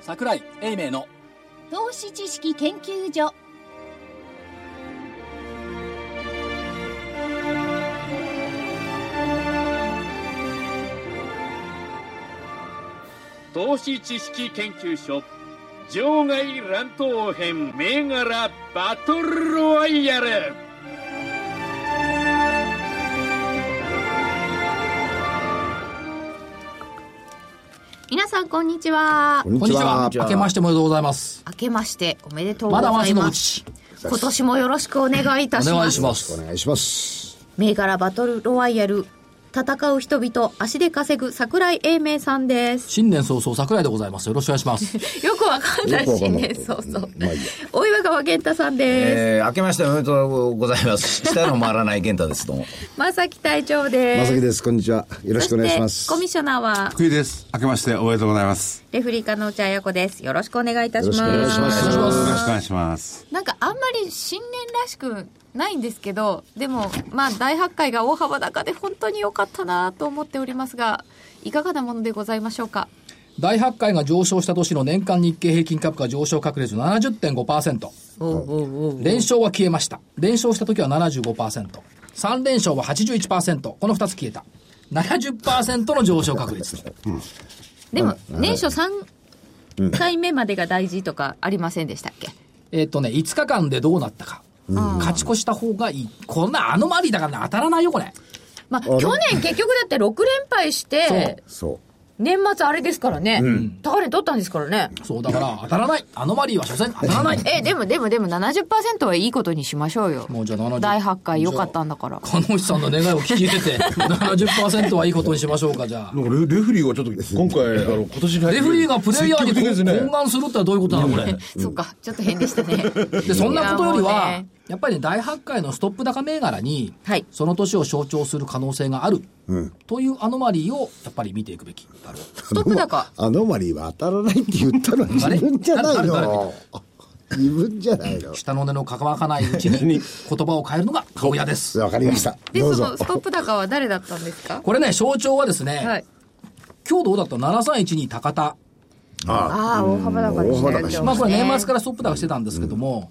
桜井英明の投資知識研究所投資知識研究所場外乱闘編銘柄バトルロワイヤル皆さんこんにちはこんにちは。明けましておめでとうございます明けましておめでとうごまざだいまますしのうち今年もよろしくお願いいたおします願いしまおす願いします。銘柄バトルロワイヤル戦う人々足で稼ぐ桜井英明さんです新年早々桜井でございますよろしくお願いします よくわかんないよくわか新んな年い早々まあいいや大岩川源太さんです、えー、明けましておめでとうございます。下の回らない健太です。どうも。正木隊長まですさきです。こんにちは。よろしくお願いしまそしす。てコミッショナーは福井です。明けましておめでとうございます。レフリー課の内彩子ですよろしくお願いいたしますよろしくお願いしますよろしくお願いします。なんかあんまり新年らしくないんですけどでもまあ大発会が大幅高で本当に良かったなと思っておりますがいかがなものでございましょうか大発会が上昇した年の年間日経平均株価上昇確率70.5%連勝は消えました連勝した時は 75%3 連勝は81%この2つ消えた70%の上昇確率でも年初3回目までが大事とかありませんでしたっけ、えっとね5日間でどうなったか勝ち越した方がいいこんなアノマリーだからね当たらないよこれまあ、去年結局だって6連敗してそう。年末あれですからね、高値取ったんですからねそうだから当たらないアノマリーは所詮当たらないえでもでもでも70%はいいことにしましょうよもうじゃあ70大発会良かったんだから鹿野内さんの願いを聞き入れて70%はいいことにしましょうかじゃあなんかレレフェリーがちょっと今回、あ の、今年に入ってレフェリーがプレイヤーに積極的です懇懇ね。願するってのはどういうことなのこれそっかちょっと変でしたねでそんなことよりいやはもうや,、ねっぱり、ね、大発会のストップ高銘柄に、はいその年を象徴する可能性がある、というアノマリーをやっぱり見ていくべきだろうストップ高アノマリーは当たらないって言ったのは自分じゃない誰の。自分じゃないの。下の根の乾かないう ちに言葉を変えるのが顔屋ですわかりました。でどうそぞのス。トップ高は誰だったんですかこれね象徴はですね、はい今日どうだった7312高田ああ大幅高でしたよ今日まあこれ年末からストップ高してたんですけども、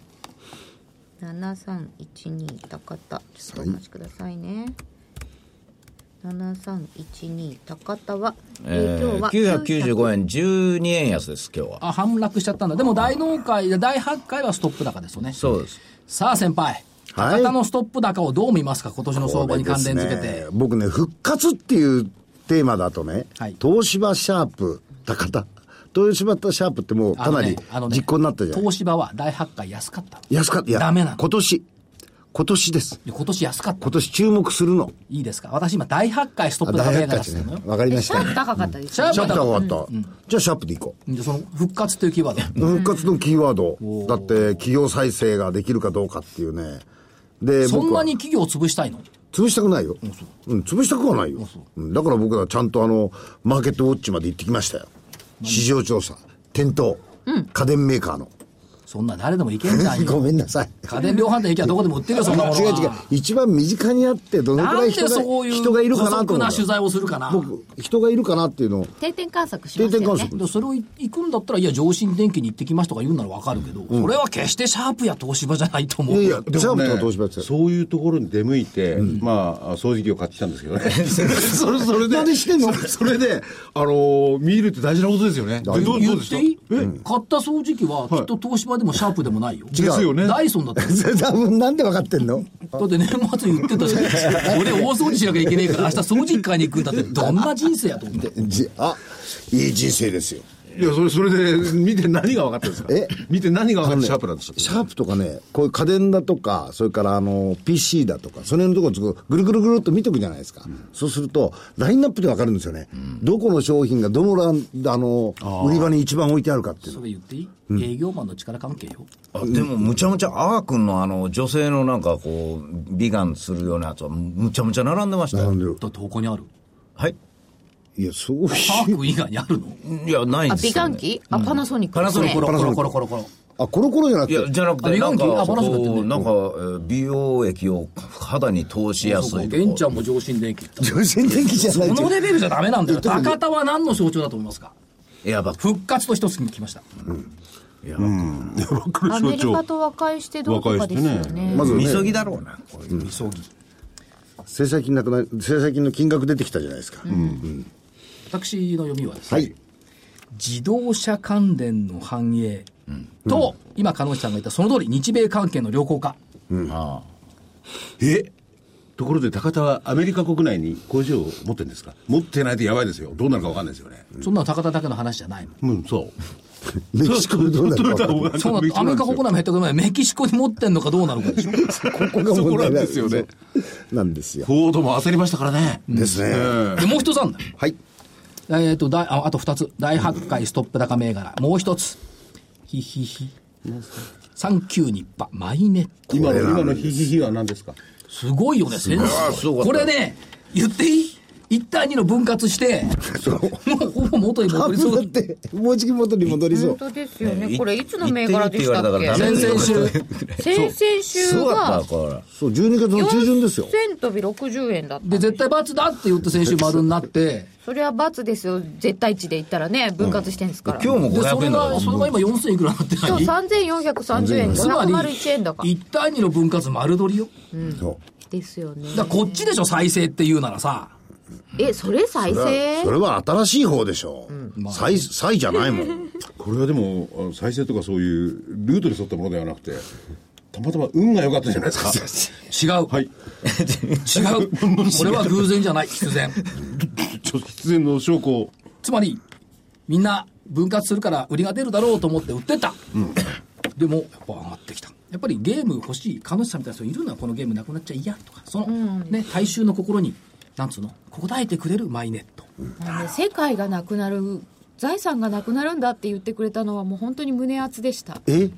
7312高田ちょっとお待ちくださいね、7312高田は、え今日ー、は995円、12円安です、今日は。あ、反落しちゃったんだ。でも大納会、大発会はストップ高ですよね。そうです。さあ先輩、はい高田のストップ高をどう見ますか今年の相場に関連づけこれでてすね。僕ね、復活っていうテーマだとねはい、東芝シャープ、高田。東芝シャープってもうかなりあのね実行になったじゃん。東芝は大発会安かったの。い安かった。いやダメなの今年。今年です。や今年安かった今。年注目するの。いいですか私今大発会ストッあプ高大銘発柄出会でしすてるのねよ。。わかりましシた。ャープ高かったですシャーシャーププ高。高かった。じゃあシャープでいこう。でその復活というキーワ ード。復活のキーワード。だって企業再生ができるかどうかっていうね。で、そん僕なはに企業を潰したいの潰したくないよ。うん、潰したくはないよ。うんだから僕らちゃんとあの、マーケットウォッチまで行ってきましたよ。市場調査、店頭、家電メーカーの。そんな誰でもいけんじゃんごよ。めんなさい。家電量販店行きゃどこでも売 ってるよ、そんなものは。違う違う。一番身近にあって、どのくならんいで人がそういう人がいるかなと姑思うな取材をするかな。僕、人がいるかなっていうのを、定点観測しまし定た点よ観ね測。でそれを行くんだったら、いや、上新電機に行ってきますとか言うならわかるけど、それは決してシャープや東芝じゃないと思。いうやいや、シでャもープねとか東芝って。そういうところに出向いて、まあ、掃除機を買ってきたんですけどね。それ、それで。何してんのそれそれで、あのー、見るって大事なことですよね。大事どうど言うでっしたていいえ、買った掃除機はきっと東芝でもシャープでもないよ。ですよね。ダイソンだったよ 多分なんで分かってんのだって年末に言ってたし、俺大掃除しなきゃいけないから明日掃除機買いに行くんだってどんな人生やと思って。じあ、いい人生ですよ。いや、それ、それで、見て何が分かったんですかえ見て何が分かったシャープなんですかシャープとかね、こういう家電だとか、それからあの、PC だとか、その辺のところをぐるぐるぐるっと見ておくじゃないですか。そうすると、ラインナップでわかるんですよね。どこの商品がどのラン、あの、売り場に一番置いてあるかっていうその。れ言っていい、営業マンの力関係よ。あでも、むちゃむちゃ、あーくんのあの、女性のなんかこう、美顔するようなやつは、むちゃむちゃ並んでました並よ。んでる。だって他にある。はい。いや、そういう。シャープ以外にあるのいや、ないんあです美よ、顔ね。器あパナソニックパナソニッコクロコパナソロニックコロコロコロ。あ、コロコロじゃないくや、て。じゃなくあて、美な顔ん器か、あバランスだってねこうなんか、えー美容液を肌に通しやすそういそうとこ玄ちゃんも上新電機行った。女性的じゃないこのレベルじゃダメなんだよ。言っとくけど高田は何の象徴だと思いますかエアバッグ。復活と一つに来ました。うん。いや、ばっかりア象メリ徴。カと和解してどうとかですよ和解してね。まずね、急ぎだろうな、こういう。制裁金なくなり、制裁金の金額出てきたじゃないですか。私の読みはですね、はい。自動車関連の繁栄と、今、鹿野内さんが言ったその通り、日米関係の良好化。えところで高田はアメリカ国内に工場を持ってんですか持ってないとやばいですよ。どうなるかわかんないですよね。そんなの高田だけの話じゃないもん。うん、そう。メキシコでどうなるか分かんない。そうなるとアメリカ国内も減ったくない。メキシコに持ってんのかどうなのかでしょ。ここが問題なんですそよこなんねで。なんですよ。フォードも焦りましたからね。ですね。で、もう一つあんだよ。 はい。えっ、と、大ああと二つ。大発回ストップ高銘柄。もう一つ。ひひひ。39日波、マイネット。今の、今のヒヒヒは何ですかすごいよね、センス。これね、言っていい一対二の分割 して、もうほぼ元に戻りそう だって、もうじき元に戻りそう本。当ですよね。いこれいつの銘柄でしたっ言ってけるって言われたからダ先々メだよ先々週すごかがった、これ。そう、12月の中旬ですよ。 4000飛び60円だった。で、絶対罰だって言って先週丸にな って、それは罰ですよ。絶対値で言ったらね、分割してんですから。今日もで、そ500れ円だが、それが今4000いくらになって今な日い3430円、つま501円だからり、。一対二の分割丸取りよ。そですよねだ。からこっちでしょ、再生って言うならさ。え、それ再うそ生れそれは新しい方でしょう。サイ、サイじゃないもん。これはでも、あの再生とかそういうルートに沿ったものではなくて、たまたま運が良かったじゃない ですか。違う。はい。違 う。これは偶然じゃない、必然。ちょっと必然の証拠を。つまり、みんな分割するから売りが出るだろうと思って売ってた。でも、やっぱ上がってきた。やっぱりゲーム欲しい、彼女さんみたいな人いるのはこのゲームなくなっちゃ嫌とか、その、ね、大衆の心に、なんつうの、答えてくれるマイネット。あのね世界がなくなる、財産がなくなるんだって言ってくれたのはもう本当に胸熱でした。え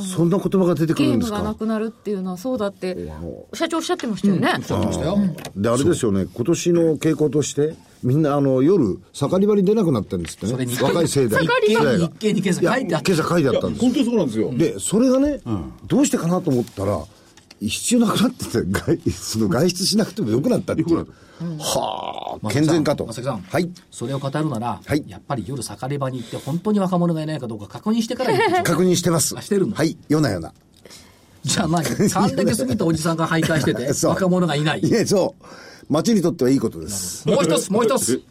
そんな言葉が出てくゲるーんでムすがなかくなるっていうのはそうだって、社長おっしゃってましたよね。そうでしたよ。で、あれですよね、今年の傾向として、みんなあの夜、盛り場に出なくなってるんですってそれにね。若い世 代。日経世代にが日経に今朝書いてあっ今た。朝書いてあったんです本当にそうなんですよ。で、それがね、どうしてかなと思ったら、必要なくなってて、外 その外出しなくてもよくなったっていう。はあ、健全かと。まさきさん、はい。それを語るなら、はいやっぱり夜盛り場に行って本当に若者がいないかどうか確認してから行って確認してます。あしてるのはい。よなよな。じゃあ何還暦過ぎたおじさんが徘徊してて そう若者がいないいや、そう。町にとってはいいことです。もう一つもう一 つ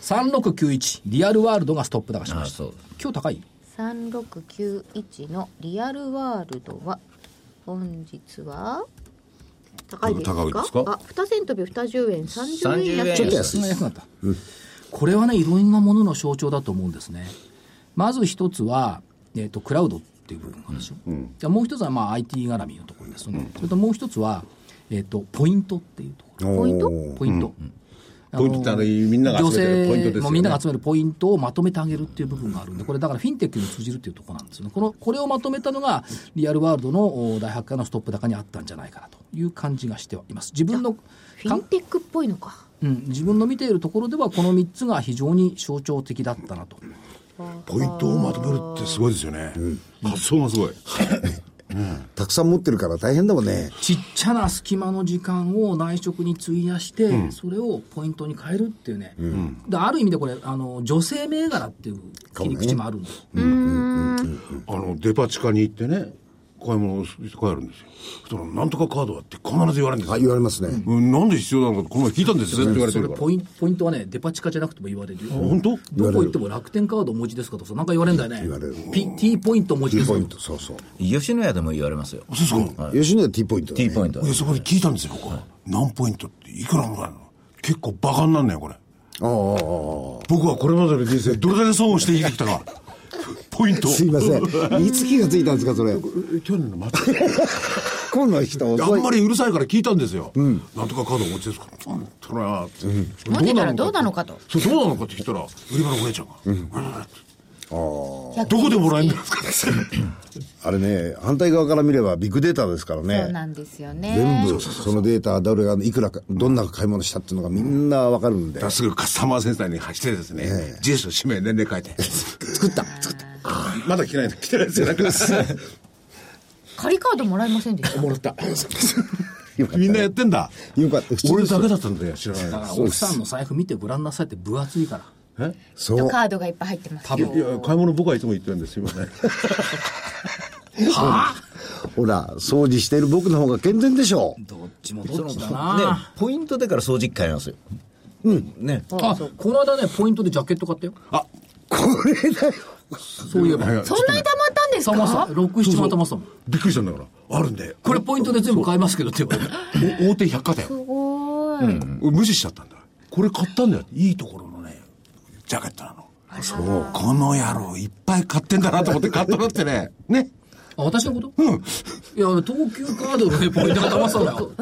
3691リアルワールドがストップ高しましたあそう今日高い3691のリアルワールドは、本日は、高いですか高いですかあ、2千飛び210円、30円安ちょいっと安そいんな役です。になった、これはねいろんなものの象徴だと思うんですねまず一つは、えー、とクラウドっていう部分の話を、じゃあもう一つはまあ IT 絡みのところですね、それともう一つは、えー、とポイントっていうところポイントポイント。あのポイントってあのみんなが集めてるポイントですよね女性もみんなが集めるポイントをまとめてあげるっていう部分があるんで、これだからフィンテックに通じるっていうところなんですよね。この、これをまとめたのが、リアルワールドのお大発会のストップ高にあったんじゃないかなという感じがしてはいます。自分の、フィンテックっぽいのか。うん、自分の見ているところでは、この3つが非常に象徴的だったなと。ポイントをまとめるってすごいですよね。発想がすごい。たくさん持ってるから大変だもんね。ちっちゃな隙間の時間を内職に費やして、それをポイントに変えるっていうね。である意味でこれ、あの、女性銘柄っていう切り口もあるんです。あの、デパ地下に行ってね、買い物をして帰るんですよ。そしたら、なんとかカードはって必ず言われるんですよ。はい、言われますね。うん、なんで必要なのかこの前聞いたんですよって言われそてるれから。ポインポイントはね、デパ地下じゃなくても言われるよ。本当どこ行っても楽天カードお持ちですかとかさ、なんか言われるんだよね。言われる P- T ポイントお持ちで T すかポとインかト、そうそう。吉野家でも言われますよ。そうですか。吉野家 T ポイントだね。 T ポイントい。やそこで聞いたんですよ、僕は。何ポイントっていくらもらえるの結構バカになんねよ、これ。ああああああ僕はこれまでの人生、どれだけ損をして生きてきたか。ポイント。すいません。いつ気がついたんですか、それ。ん。去年の末。今の人あ遅んいま。りうるさいから聞いたんですよ。なんとかカードお持ちですかなんとなって。持ってたらどうなのかと。そう、どうなのかって聞いたら、売り場のお姉ちゃんが。ああ。どこでもらえるんですかあれね、反対側から見ればビッグデータですからそうね。なんですよ全ね。部、そのデータ、誰がいくらか、どんな買い物したっていうのがみんなわかるんで。すぐカスタマーセンサーに走ってですね、住所、氏名、年齢書い て。作った作ったまだ来てないの来てないですよ、 仮カードもらえませんでした。もらった。 みんなやってんだ。よかった。普通俺ですだけだったんだよ、知らない。だから奥さんの財布見てごらんなさいって分厚いから。えそう。カードがいっぱい入ってます多分いや買い物僕はいつも行ってるんです今ねほら、掃除してる僕の方が健全でしょう。どっちもそどっのちだねな、ポイントだから掃除機買いますよ。うん。ね。あこの間ねポイントでジャケット買ったよこれだよ。そういえばそんなに溜まったんですたまさか67万たまさんびっくりしたんだからあるんでこれポイントで全部買いますけどって言われてお大手百貨店すごい、俺無視しちゃったんだこれ買ったんだよいいところのねジャケットなのそうこの野郎いっぱい買ってんだなと思って買ったなってねねあ私のことうんいや東急カードのねポイントがたまさんだよそうで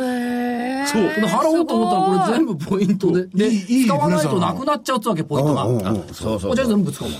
払おうと思ったらこれ全部ポイントででいいいい使わないとなくなっちゃうってわけポイントがうんうんあそうそこうちらそう。全部使おう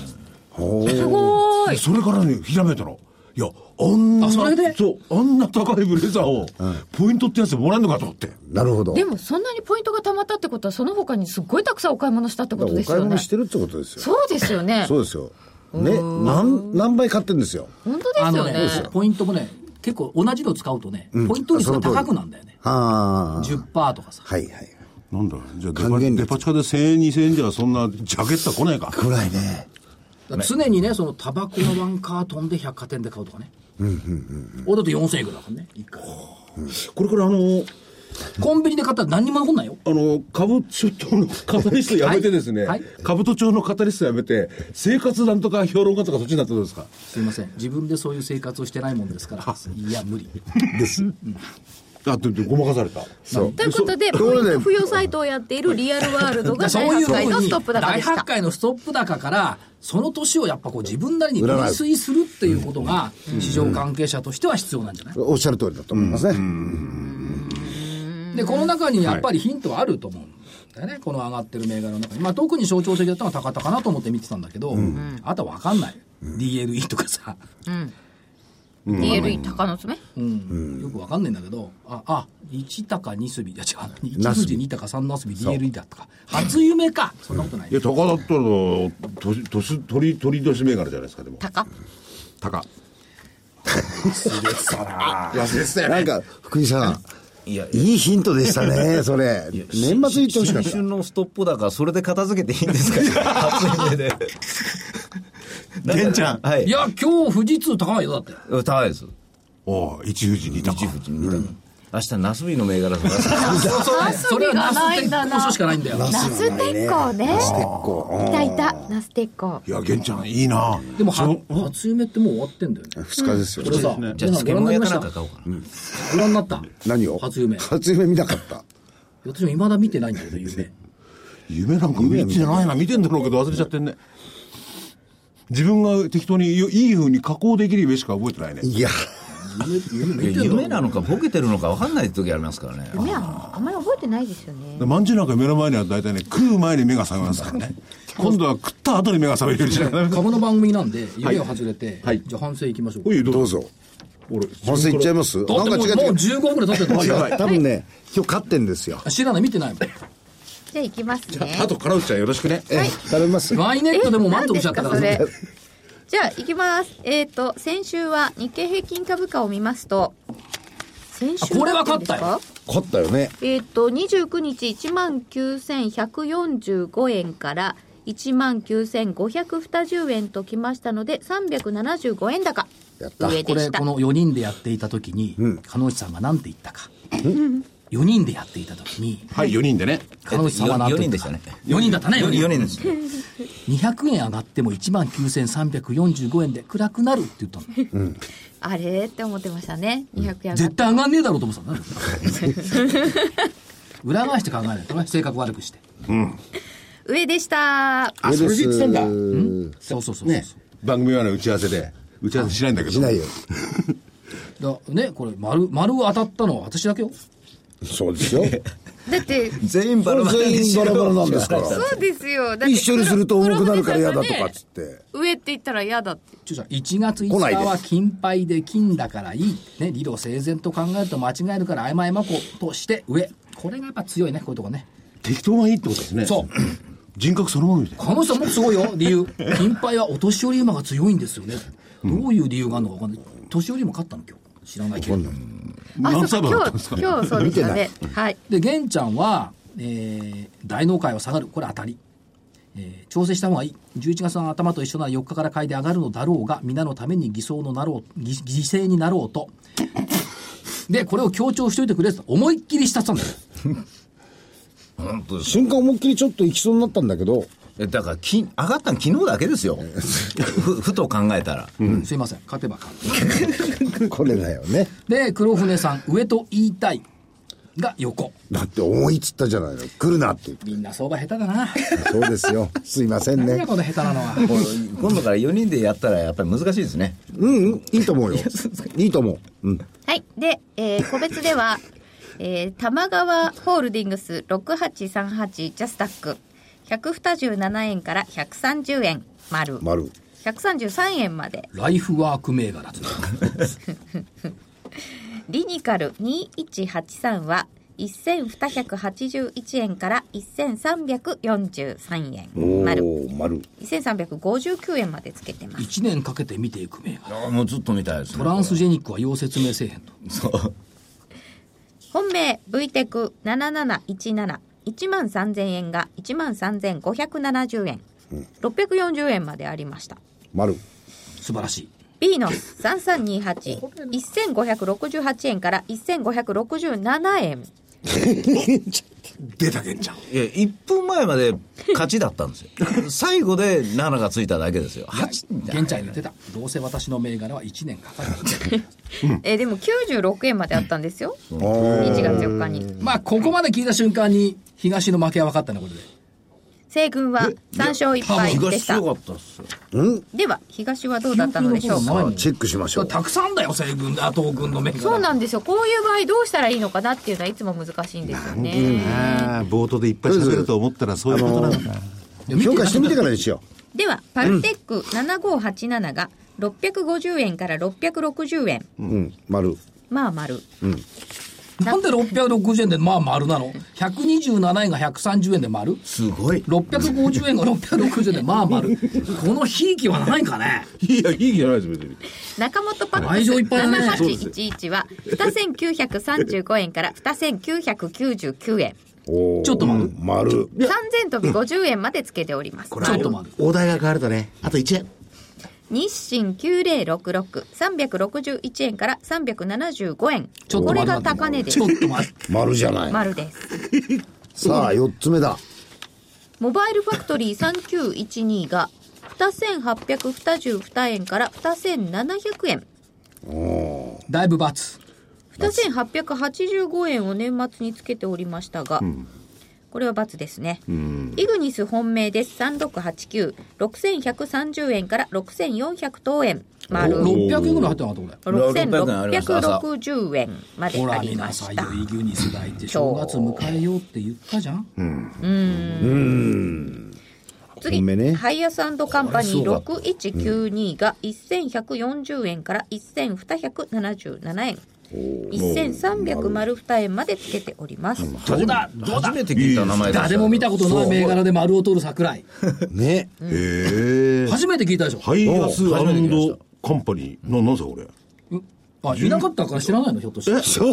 すごいそれからねひらめいたのいやあんなあそれでそうあんな高いブレザーを、ポイントってやつでもらえるのかと思ってなるほど。でもそんなにポイントが溜まったってことはその他にすごいたくさんお買い物したってこだとからでおす買いよね物してるってことですよ。そうですよねそうですよ。ね、何、何倍買ってんですよ。本当であすのよねねポイントもね結構同じの使うとねポイント率が高くなんだよねああ。 10%とかさはいはい。なんだじゃあデ還パ元率デパ地下で1000円2000円じゃそんなジャケットは来ないか暗いね。常にねそのタバコのワンカートンで百貨店で買うとかねおだって4000いくらだからね一回 これからあのコンビニで買ったら何にも残んないよあの、株主党のカタリストやめてですね、はいはい株都庁のカタリストやめて、生活団とか評論家とかそっちになったらどうですかすいません自分でそういう生活をしてないもんです からいや無理あ、で、でごまかされた。そう。ということで、そうポインだよト付与サイトをやっているリアルワールドがそう大いう発ふ会うのにストップ高大でし発た。会のストップ高からその年をやっぱこう自分なりに分占う類するっていうことが市場関係者としては必要なんじゃないおっしゃる通りだと思いますね。でこの中にやっぱりヒントはあると思うんだよね、この上がってる銘柄の中に、まあ、特に象徴的だったのは高田かなと思って見てたんだけど、あとは分かんない、DLE とかさ、 DLE 高の爪うんよく分かんないんだけどああ1高2すびいや違う1な富す士び2高3なすび DLE だとか初夢かそんなことないいや、高田ったら、とし、とし、鳥、鳥年銘柄じゃないですか、でも。高高。なんか、福井さん、いや、いいヒントでしたね、それ。年末言ってほしかっ新た春。のストップだから、それで片付けていいんですか初めで。玄ちゃんはいい。や今日富士通高いよだってうん高いです。おう一富士二高。一富士二高。明日、ナスビの銘柄探す。そうそうねそれはナスって交渉しかないんだよナス鉄鋼ねナス鉄鋼。うんいたいたナス鉄鋼いや、玄ちゃん、いいなでもはそ初夢ってもう終わってんだよね二日ですよこ。れさ、じゃあ、皆さん漬ご覧になり物屋ましかなたんか買おうかな。ご覧になった何を初夢初夢見なかった。私も未だ見てないんだけど夢夢なんか見てないな、見てんだろうけど忘れちゃってんね。自分が適当にいい風に加工できる夢しか覚えてないね。いや、夢いや夢なのか、ボケてるのか分かんない時ありますからね。夢はあんまり覚えてないですよねまんじゅうなんか目の前には大体ね、食う前に目が覚めますからね。今度は食った後に目が覚めるようにしなきゃダメ株の番組なんで夢を外れて、はいじゃあ反省いきましょうかおい、どどううぞ。ぞ。俺、反省いっちゃいますだなっんてかもうも違う違うう。 15分ぐらい経ってるんですよ多分ね、今日勝ってんですよ。知らない見てないもんじゃあ行きますねあと、カラウちゃんよろしくね。え、食べますワイネットでも満足しちゃったからえなんですかそれじゃあ行きますえっ、と先週は日経平均株価を見ますと先週あこれはだ勝んっですたかよ勝ったよね。えっ、と29日1万9145円から1万9520円ときましたので375円高やった上こでれしたこの4人でやっていた時に鹿野内さんが何て言ったか4人でやっていた時にはい、4人でね。鹿野内さんは何4て言人っでたかしたね。 4人だったね4 4人人です。 200円上がっても1万9345円で暗くなるって言ったのあれって思ってましたね200円上がっ絶対上がんねえだろうと思ってたのね 裏返して考えないとね性格悪くして上でしたあ、それで言ってたんだ。そうそうそうそう番組はね、打ち合わせで。打ち合わせしないんだけど。しないよ。だねこれ丸丸当たったのは私だけよそうです よ。だって全員バラバラ全員バラバラなんですから。そうです よだって一緒にすると重くなるから嫌だと黒かっ船つって。上って言ったら嫌だって。ちょちょ1月来ない5で日すは金杯で金だからいい、ね、理路整然と考えると間違えるから曖昧まことして上これがやっぱ強いねこういうとこね適当がいいってことですね。そう。人格そのものみたいな。この人もすごいよ理 由金杯はお年寄り馬が強いんですよねどういう理由があるのか分かんない年寄り馬勝ったの今日知らないけどあ何そサうバだっか今たんですか日今日そうですよねはいで玄ちゃんは、えー大納会は下がるこれ当たり、ええー調整した方がいい11月の頭と一緒なら4日から買いで上がるのだろうが皆のために偽装のなろうぎ犠牲になろうとでこれを強調しといてくれと思いっきりしたったんだよ本当です瞬間思いっきりちょっと行きそうになったんだけど、えだからき、上がったの昨日だけですよ。ふ、 ふと考えたら。すいません勝てば勝るこれだよね。で黒船さん上と言いたいが横だって思いつったじゃないの。来るなって言って。みんな相場下手だなそうですよ。すいませ何んねや。この下手なのはもう今度から4人でやったらやっぱり難しいですね。うん、うん、いいと思うよ。いいと思う。うん。はい。で、えー個別では、えー玉川ホールディングス6838ジャスタック、127円から130円、丸。丸。 133円まで。ライフワーク銘柄ってリニカル2183は、1281円から1343円、丸。おー、丸。 1359円までつけてます。 1年かけて見ていく銘柄ああもうずっと見たいですね。トランスジェニックは要説明せえへんとそう。本命 VTEC 7717 1万3000円が1万3570円、640円までありました丸。素晴らしいビーノス33281568円から1567円出たけんちゃん。いや、1分前まで勝ちだったんですよ。最後で7がついただけですよ。8現在に出たどうせ私の銘柄は1年かかる えーでも96円まであったんですよあ1月ー。4日にまあここまで聞いた瞬間に東の負けは分かったねこれで西軍は3勝1敗で東した強かったっすよ。うんでは東はどうだったのでしょう記憶のかことないチェックしましょう。たくさんあんだよ西軍だ東軍の銘柄そうなんですよこういう場合どうしたらいいのかなっていうのはいつも難しいんですよねああ、冒頭でいっぱい喋ると思ったらそういうことなんだ。いや見評価なしてみてからにしよではパルテック7587が650円から660円う。うん、丸。まあ丸なんで660円でまあ丸なの127円が130円で丸すごい。 650円が660円でまあ丸このひいきはないかねいや、いいじゃないです、別に。中本パック愛ス情いっぱいだね7811は2935円から2999円おーちょっと丸うん丸。 3000飛び50円までつけておりますちょっと丸お題が変わるとね、あと1円。日清9066361円から375円ちょっとこれ待っがて高値でちすょっと待って丸じゃない。丸ですさあ、4つ目だ。モバイルファクトリー3912が2822円から2700円だいぶ罰2885円を年末につけておりましたが、これは×ですね、イグニス本命です36896130円から6400等円丸600円ぐらい入ってなかったこれ6660円までほあらり見まなしさたいよイギリス大って正月迎えようって言ったじゃん次、本命ねハイアスカンパニー6192が1140円から1277円1300丸2円までつけております、どうだどうだ初めて聞いた名前です誰も見たことない銘柄で丸を取る桜井ね。へえ。初めて聞いたでしょハイアスおア初めて聞ンきましドカンパニー。な、なんすか、これ。あいなかったから知らないのひょっとしてそれ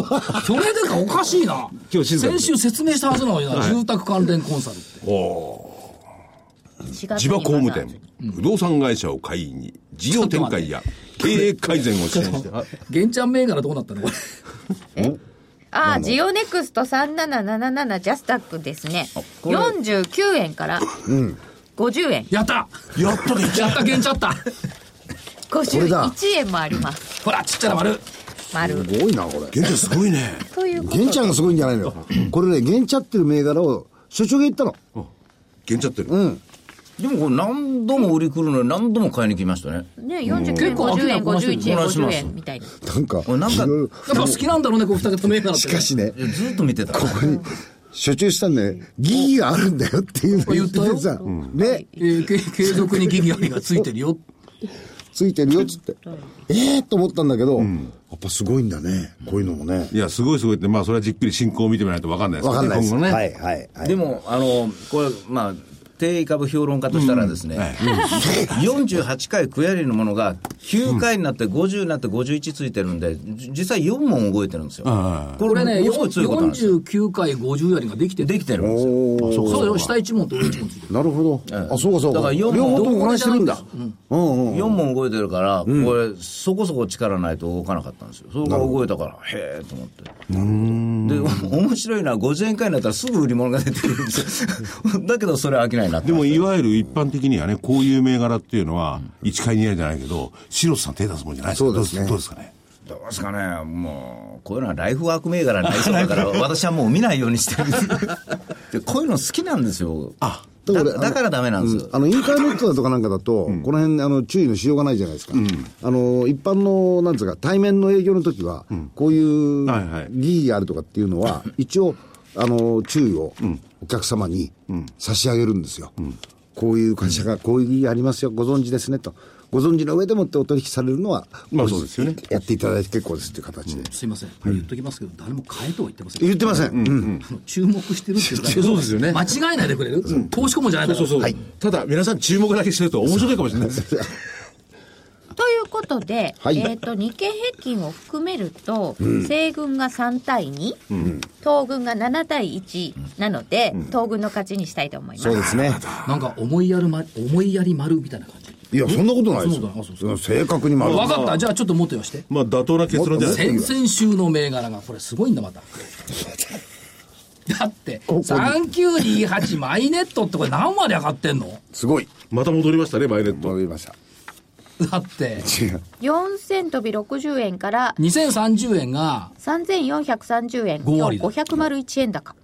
でかおかしいな今日静かに先週説明したはずなのにな住宅関連コンサルって地場地場工務店、不動産会社を会員に、事業展開や経営改善を支援して、あ玄ちゃん銘柄どうなったのこれああ、ジオネクスト3777ジャスタックですね。49円から50円、やったやっとでやった玄ちゃったれだ51円もあります。ほらちっちゃな丸丸。すごいな、これ。玄ちゃんすごいね。ということゲンちゃんがすごいんじゃないのよ。これね、ゲンちゃってる銘柄を、所長が言ったの。玄ちゃんってる。うん。でもこれ何度も売り来るのに何度も買いに来ましたね。ね、49円、結構飽き50ない円、こなしてる51円、こなし50ます円みたいな。なんか、れなんかいろいろやっぱ好きなんだろうねこう二つ銘柄ってしかしねい、やずっと見てた。所長したんで、疑義があるんだよっていうのを言っててさ、ね、えーけ継続に疑義ありがついてるよついてるよっつって、ええと思ったんだけど、やっぱすごいんだね、こういうのもねい。や、すごいすごいって、まあ、それはじっくり進行を見てみないと分かんないですわかんないです。今後ね。はいはいはい。でも、あの、これ、まあ、定位株評論家としたらですね、48回区やりのものが9回になって50になって51ついてるんで、じ実際4問動いてるんですよ。これね、ものすごい強いことなんですよ。 49回50やりができてるできてるんですよ。そうよ、下1問と上1問ついてる。なるほど。あ、そうかそうか。だから四両問方ともこなしてるんだ。うんうん。 4問動いてるから、これ、そこそこ力ないと動かなかったんですよ。そこから動いたから、へえと思って。で、お面白いのは、50円回になったらすぐ売り物が出てくるんですよ。だけど、それは飽きないなって。でも、いわゆる一般的にはね、こういう銘柄っていうのは、一回二割じゃないけど、白瀬さん手出すもんじゃないですか。そうですねどうですかね。どうですかね、もう、こういうのはライフワーク銘柄になりそう だから、私はもう見ないようにしてる。 で、こういうの好きなんですよ。あだ俺あのだからダメなんですよ。あの、インターネットだとかなんかだと、この辺、あの、注意のしようがないじゃないですか。あの、一般の、なんつうか、対面の営業の時は、こういうはいはい疑義があるとかっていうのは、一応、あの、注意をお客様に差し上げるんですよ。こういう会社が、こういう疑義ありますよ、ご存知ですね、と。ご存知の上でもってお取引されるのは、まあそうですよねやっていただいて結構ですっていう形で。すいません、言っときますけど、誰も買えとは言ってません。言ってません。うんあの注目してるっていうだけそうですよね間違えないでくれる、投資顧問じゃないからそうそう。ただ、皆さん注目だけしてると面白いかもしれないです。ということで、はいえっ、と、日経平均を含めると、西軍が3対2、東軍が7対1なので、東軍の勝ちにしたいと思います。そうですね。なんか思いやる、ま、思いやり丸みたいな感じいや、そんなことないでそんなことないあそうすよ。正確に丸分かったじゃあちょっともっと言わしてまあ、妥当な結論じゃないもっともっと先々週の銘柄がこれすごいんだ まただって3928マイネットってこれ何割上がってんのすごい。また戻りましたね、マイネット。戻りました。だって違う。 4000飛び60円から2030円が3430円5と割だ501円高。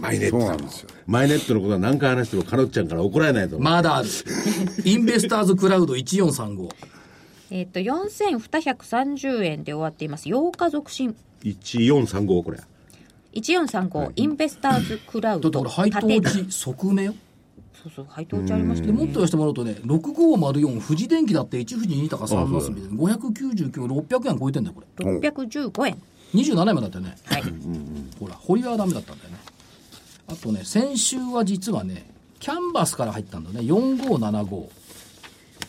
マイネットそうさなんんですよ。マイネットのことは何回話しても、カロッちゃんから怒られないと思う。まだあるインベスターズクラウド1435えっ、と、4230円で終わっています。8日続伸。 1435、これ。 1435、インベスターズクラウだっド。てこれ配当縦だ値即目よそうそう、配当値ありましたでよもっねと言わせてもらうとね6504富士電機だって1富士2高3マスみたいな599600円超えてんだよこれ615円。 27円までだったよねはい。ほら、堀はダメだったんだよね。あとね、先週は実はね、キャンバスから入ったんだね、4575。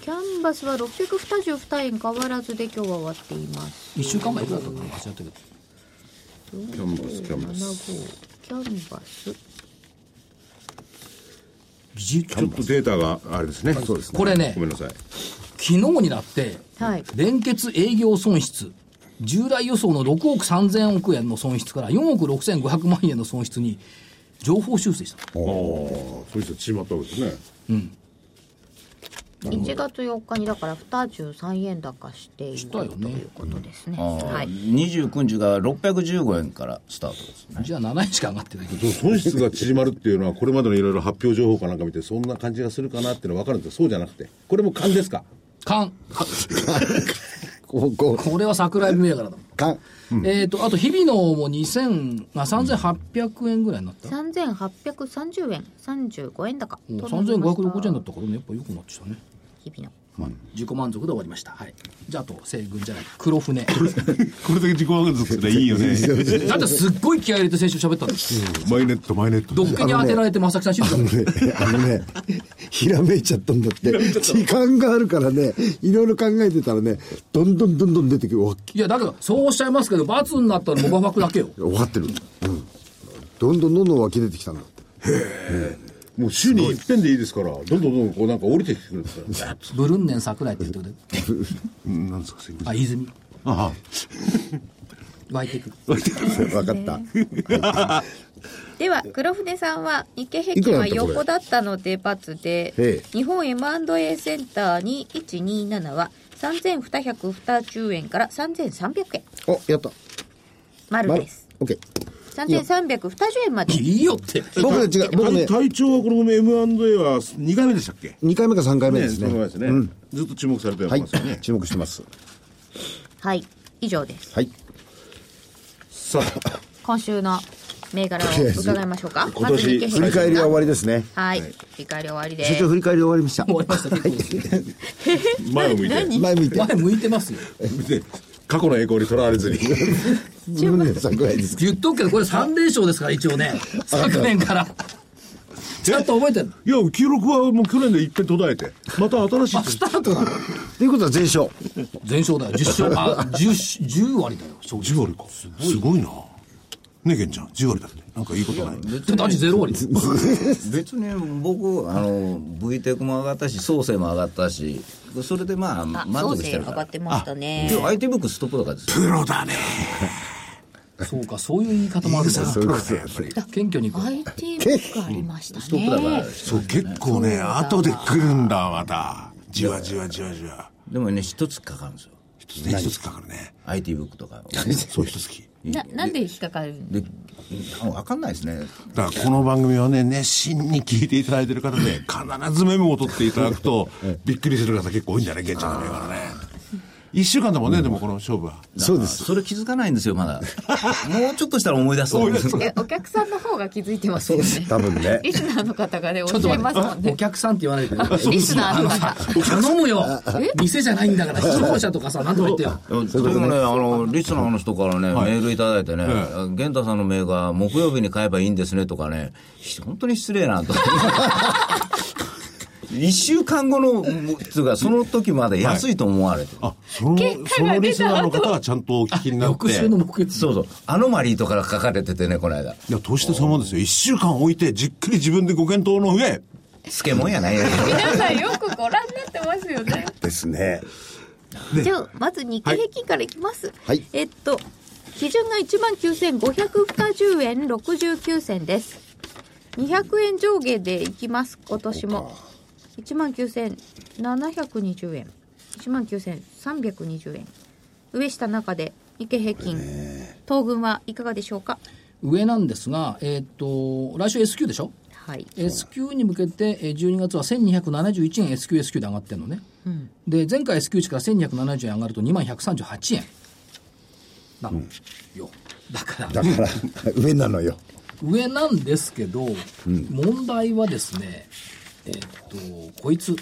キャンバスは622円変わらずで今日は終わっています。 1週間前いくらだったかな、忘れたけど。キャンバス、キャンバス。キャンバス。ちょっとデータがあれですね。そうですねこれねごめんなさい。昨日になって、はい。連結営業損失、従来予想の6億3000億円の損失から4億6500万円の損失に、情報修正した。そういう人縮まったわけですね。 1月4日にだから213円高しているしたとよねいうことですね。あーはい。 29日が615円からスタートですね。じゃあ7円しか上がってない。損失が縮まるっていうのは、これまでのいろいろ発表情報かなんか見て、そんな感じがするかなっていうのは分かるんですよ。そうじゃなくて。これも勘ですか勘。こう、ここれは桜エビ銘柄だもん。う、かん。えっと、あと、日々のも2000、あ、3800円ぐらいになった。 3830円、35円高。もうとなりました3560円だったからねやっぱ良くなってきたね日々の。自己満足で終わりましたはいじゃああと西軍じゃない黒船これだけ自己満足すればいいよ ね。だってすっごい気合い入れて先週喋ったんですマイネット、マイネット。どっけに当てられて正木さん静かにあのね、ひらめいちゃったんだって。時間があるからね、いろいろ考えてたらね、どんどんどんどん出てくる。わいやだけどそうおっしゃいますけど罰になったらモバファクだけよ分かってる。うん。どんどんどんどん湧き出てきたんだって。もう週に一遍でいいですから、どんどんどんどんこうなんか降りてきてくるんですから。ブルンネン桜井って言ってくれるうんなんですか、すいません。あ泉あ湧いてくる分かった。では黒船さんは日経平均はいくらだったこれ横だったので×で、ええ日本 M&A センターに127は3220円から3300円お、やった。丸まです。オッケー。 3320円までいいよって僕ね、違う。僕ね、体調はこの M&A は2回目でしたっけ2回目か3回目ねでそすのね。前ですね、うんずっと注目されてまはすいよね、。注目してます。はい以上ですはい。さあ今週の銘柄を伺いましょうか今年ず日経振平り返均りは終がわりですね。はい振り返り終わりで社長す振り返り終わりました。終わりました結構です前を向いて前向いて。 前向いてますよで過去の栄光にとらわれずにブルーネさんぐらいです。言っとくけどこれ3連勝ですから一応ね昨年からちゃんと覚えてるいや、記録はもう去年で一遍途絶えて、また新しい。スタートだということは全勝。全勝だよ10勝あ 10, 10割だよ勝率10割かすごいなねえケンちゃん10割だってなんかいいことないでダチゼロ割別に僕あの V テクも上がったし創生も上がったしそれでまああ、満そう足しでてる上かがらってましたね。今日 IT ブックストップとかですプロだねそうかそういう言い方もあるんだそういうことだやっぱり。謙虚に行こう IT ブックありましたストップだからね。そう結構ね後で来るんだまたじわじわじわじわでもね一つかかるんですよ一つね一つかかるね IT ブックとかそう一つきな、なんで引っかかるんで分かんないですねだからこの番組はね熱心に聞いていただいてる方で必ずメモを取っていただくとびっくりする方結構多いんじゃないケンちゃんの目からね1週間だもんねでもこの勝負はそうであす。それ気づかないんですよ まだもうちょっとしたら思い出すと思うんですえ、お客さんの方が気づいてますよね。多分ね。リスナーの方がね、おっちょっしとゃいます待もっんておね。客さんって言わないであリスナーの方あのさ頼むよ店じゃないんだから視聴者とかさ何とか言ってよでもね、あの、リスナーの人からね、メールいただいてね、玄太さんのメールが木曜日に買えばいいんですねとかね、ひ本当に失礼な と。一週間後の、つうか、その時まで安いと思われてる。あそのそのリスナーの方がちゃんとお聞きになって翌週の木月そうそう。アノマリーとかが書かれててね、この間。いや、投資ってそう思うんですよ。一週間置いて、じっくり自分でご検討の上、漬物やないや皆さんよくご覧になってますよね。ですね。じゃあ、まず日経平均からいきます。はいえっと、基準が19,520円69銭です。200円上下でいきます、今年も。19,720円。19,320円。上下中で日経平均。東軍はいかがでしょうか上なんですがえーっと来週 S q でしょはい。 S q に向けてえー12月は1271円 S q S q で上がってるのね、で前回 S q 値から1270円上がると2万138円なのよ、だからだから、上なのよ。上なんですけど、問題はですねえーっとこいつ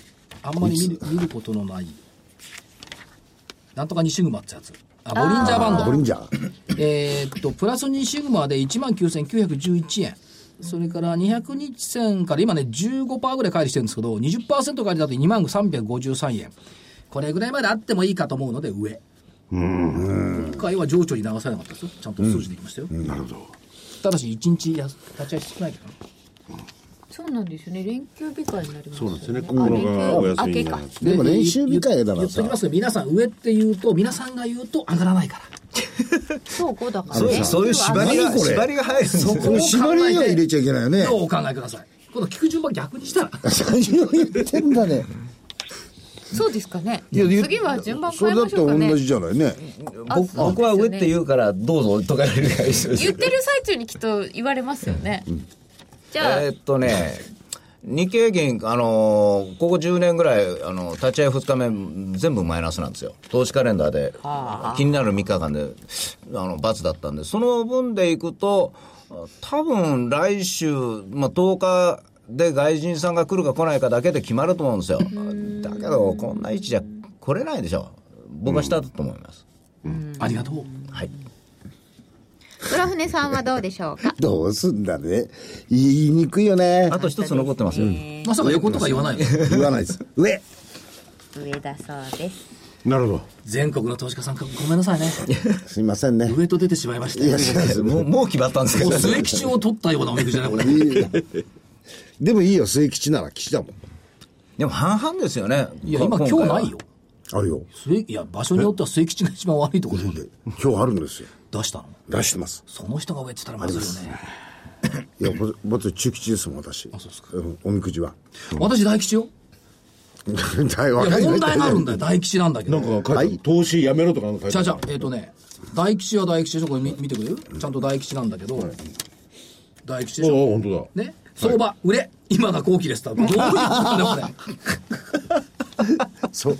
あんまり見る見ることのないなんとか西グマってやつあボリンジャーバンドボリンジャー。えーっと、プラス2シグマで19,911円。それから200日線から今ね15%ぐらい乖離してるんですけど20%乖離だと2353円これぐらいまであってもいいかと思うので上今回は情緒に流されなかったですよちゃんと数字できましたよ、なるほど。ただし1日や立ち合い少ないけどねそうなんですよね。連休日会になりますそうなんですよね。心がお休みになる。でも練習理解だ言なっとさき。ますけど皆さん上って言うと皆さんが言うと上がらないからそう、こうだからそういうね。そういう縛りが、何これ縛りが入るんですよ。この縛りには入れちゃいけないよね。どうお考えください今度聞く順番逆にしたら何を言ってんだね。そうですかね。いや言う次は順番そ変えれだまっしてょうかね。同じじゃないね。あ僕僕は上って言うから、どうぞとか言うから一緒です言ってる最中にきっと言われますよね、じゃあ、えーっとね、日経平均、あのーここ10年ぐらい、あの立ち会い2日目、全部マイナスなんですよ、投資カレンダーで、気になる3日間で、あの罰だったんで、その分でいくと、多分来週、まあ、10日で外人さんが来るか来ないかだけで決まると思うんですよ、だけど、こんな位置じゃ来れないでしょ、僕は下だと思います。ありがとうはい浦船さんはどうでしょうかどうすんだね。言いにくいよねあ。と一つ残ってますよ、まさか横とか言わないの言わないです。上。上だそうですなるほど。全国の投資家さんごめんなさいねすいませんね。上と出てしまいましたいや、違うんですもうもう決まったんですけもどう末吉を取ったようなおみくじじゃないこれでもいいよ、末吉なら吉だもん。でも半々ですよねいや今今日ないよあるよ。末いや場所によっては末吉が一番悪いところで今日あるんですよ。出したの出してます。その人が上って言ったらまずいよねいや、ぼ僕、中吉ですもん、私。あ、そうですか。おみくじは。私大吉よ 大いや問題があるんだ。だよ大吉なんだけなどんか書いてある、投資やめろとかなんか書いてじゃああるじゃあえっ、とね大吉は大吉でしょこれ見見てくれるちゃんと大吉なんだけど、大吉でしああ、ょ本当だ。ね相場、売れ今が後期ですってどういうことなんだよこれそう。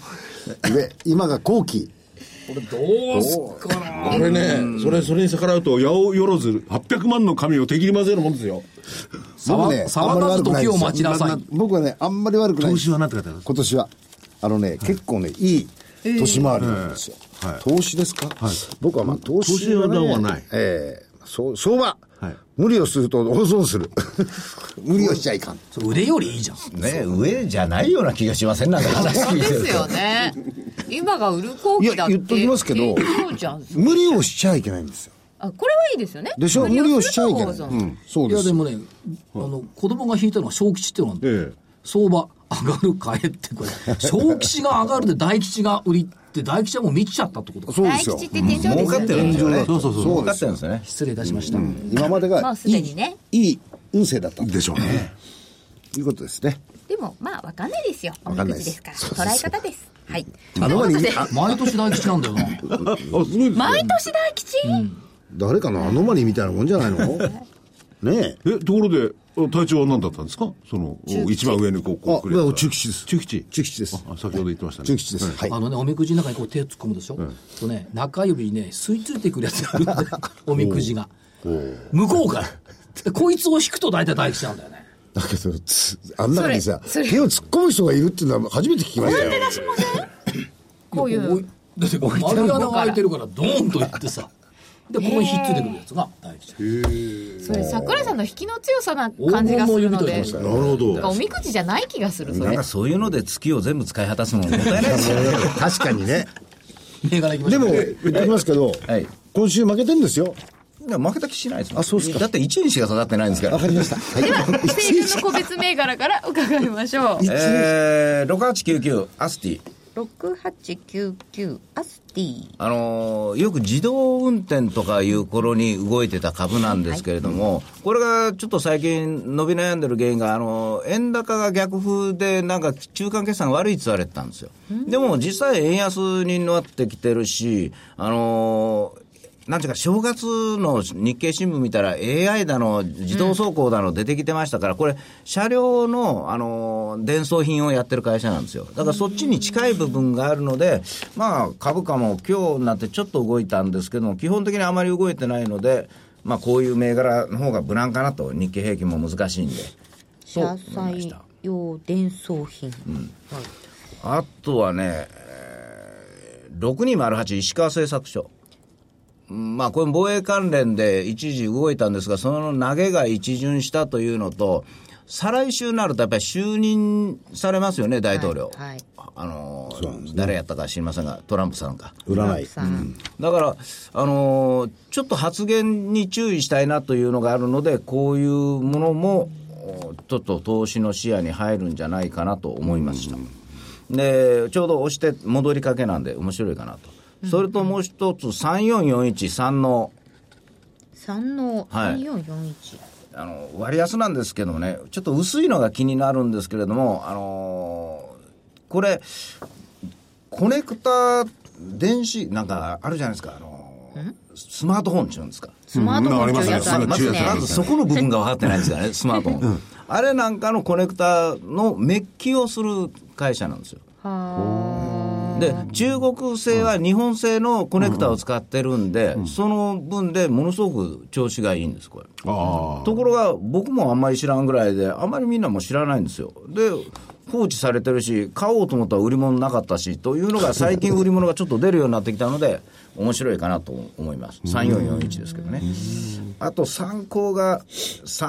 で、今が後期。これ どうすっかなこれね、それ、それに逆らうと、八百万800万の紙を手切り混ぜるもんですよ。騒僕ね騒がず時を待ちなさいあんまり悪くないですよ僕はね、あんまり悪くない投で資す。はなんて書いてある今年は。あのね、結構ね、いい年回りなんですよ。投資ですか僕はまあ、投資投資はなんはないええ、そう、相場。はい無理をすると大損する。 無理をしちゃいかん。それ腕よりいいじゃん。ね、上じゃないような気がしませんなんか話聞いでてるとすよね。今が売る後期だって。いや言っときますけどそうじゃん。無理をしちゃいけないんですよ。あ、これはいいですよね。でしょ無理をしちゃいけない。、そううんそういでや、すで。もね、あの、子供が引いたのは小吉っていうのは、ええ相場上がるかえってこれ、小吉が上がるで大吉が売りって、大吉はもう見ちゃったってことか。そうで大すよ吉っ。て天井儲ですかよってるんですよね。そうそうそう儲かってるんですよね。失礼いたしました。今までがいい、まあすでにねいい運勢だったとでしょうね。いうことですね。でもまあわかんないですよおわみかんくないでじすですから捉え方ですはいあの前に、あ毎年大吉なんだよな。あすごいですね毎年大吉、誰かのアノマリーみたいなもんじゃない のねえ。えところであ隊長は何だったんですかその一番上にこうこあう、くれたいや中吉です中吉中吉ですああ先ほど言ってましたね中吉です。はい。あのね、おみくじの中にこう手を突っ込むでしょ、とね、中指にね、吸い付いてくるやつがあるんだよおみくじが。向こうから。でこいつを引くと大体大吉なんだよね。だけど、つあん中にさ、手を突っ込む人がいるっていうのは初めて聞きましたよ。こういおうい。だってこう丸穴が開いてるから、ドーンといってさ。で、ここにひっついてくるやつが大吉。それ桜井さんの引きの強さな黄感じ金がのする指のと言いでまし。たなるほどおみくじじゃない気がするそなんれか。そういうので月を全部使い果たすのももったいないですよね。確かにね。銘柄いきましでょうも、言っときますけどはい、今週負けてんですよ。でも負けた気しないですもんあそうっすかだって1円しか下がってないんですからわか。りました。はい。生年の個別銘柄から伺いましょう。 えー、6899アスティ六八九九アスティ。あのーよく自動運転とかいう頃に動いてた株なんですけれども、これがちょっと最近伸び悩んでる原因が、あのー円高が逆風で、なんか中間決算が悪いって言われてたんですよ。でも実際円安になってきてるし、あのーなんていうか、正月の日経新聞見たら、AI だの、自動走行だの出てきてましたから、これ、車両の、あのー、伝送品をやってる会社なんですよ。だからそっちに近い部分があるので、まあ、株価も今日になってちょっと動いたんですけども、基本的にあまり動いてないので、まあ、こういう銘柄の方が無難かなと、日経平均も難しいんで。車載用伝送品。あとはね、えー6208石川製作所。うんまあ、これ防衛関連で一時動いたんですが、その投げが一巡したというのと、再来週になるとやっぱり就任されますよね、大統領。はいはいあのー誰やったか知りませんが、トランプさんか。占い。さん。だから、あのーちょっと発言に注意したいなというのがあるので、こういうものも、おちょっと投資の視野に入るんじゃないかなと思いました。で、ちょうど押して戻りかけなんで、面白いかなと。それともう一つ、34413の、三のはい三四四一。あの割安なんですけどもね、ちょっと薄いのが気になるんですけれども、あのーこれ、コネクタ、電子、なんかあるじゃないですか、あのースマートフォンっていうんですか。スマートフォンっていうやつありまますずね。まずそこの部分が分かってないんですよね、スマートフォン。あれなんかのコネクタのメッキをする会社なんですよ。で、中国製は日本製のコネクタを使ってるんで、その分でものすごく調子がいいんです、これ。あところが僕もあんまり知らんぐらいであんまりみんなも知らないんですよで放置されてるし買おうと思ったら売り物なかったしというのが最近売り物がちょっと出るようになってきたので面白いかなと思います3441ですけどねあと参考が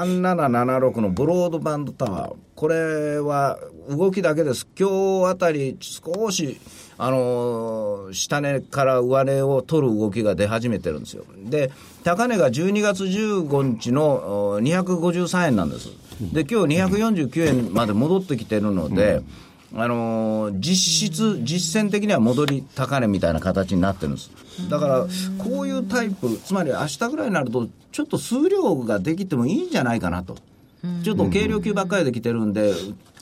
3776のブロードバンドタワーこれは動きだけです今日あたり少しあのー下値から上値を取る動きが出始めてるんですよ。で、高値が12月15日のお253円なんです。で、今日249円まで戻ってきてるので、あのー実質、実践的には戻り高値みたいな形になってるんです。だから、こういうタイプ、つまり明日ぐらいになると、ちょっと数量ができてもいいんじゃないかなと。ちょっと軽量級ばっかりできてるんで、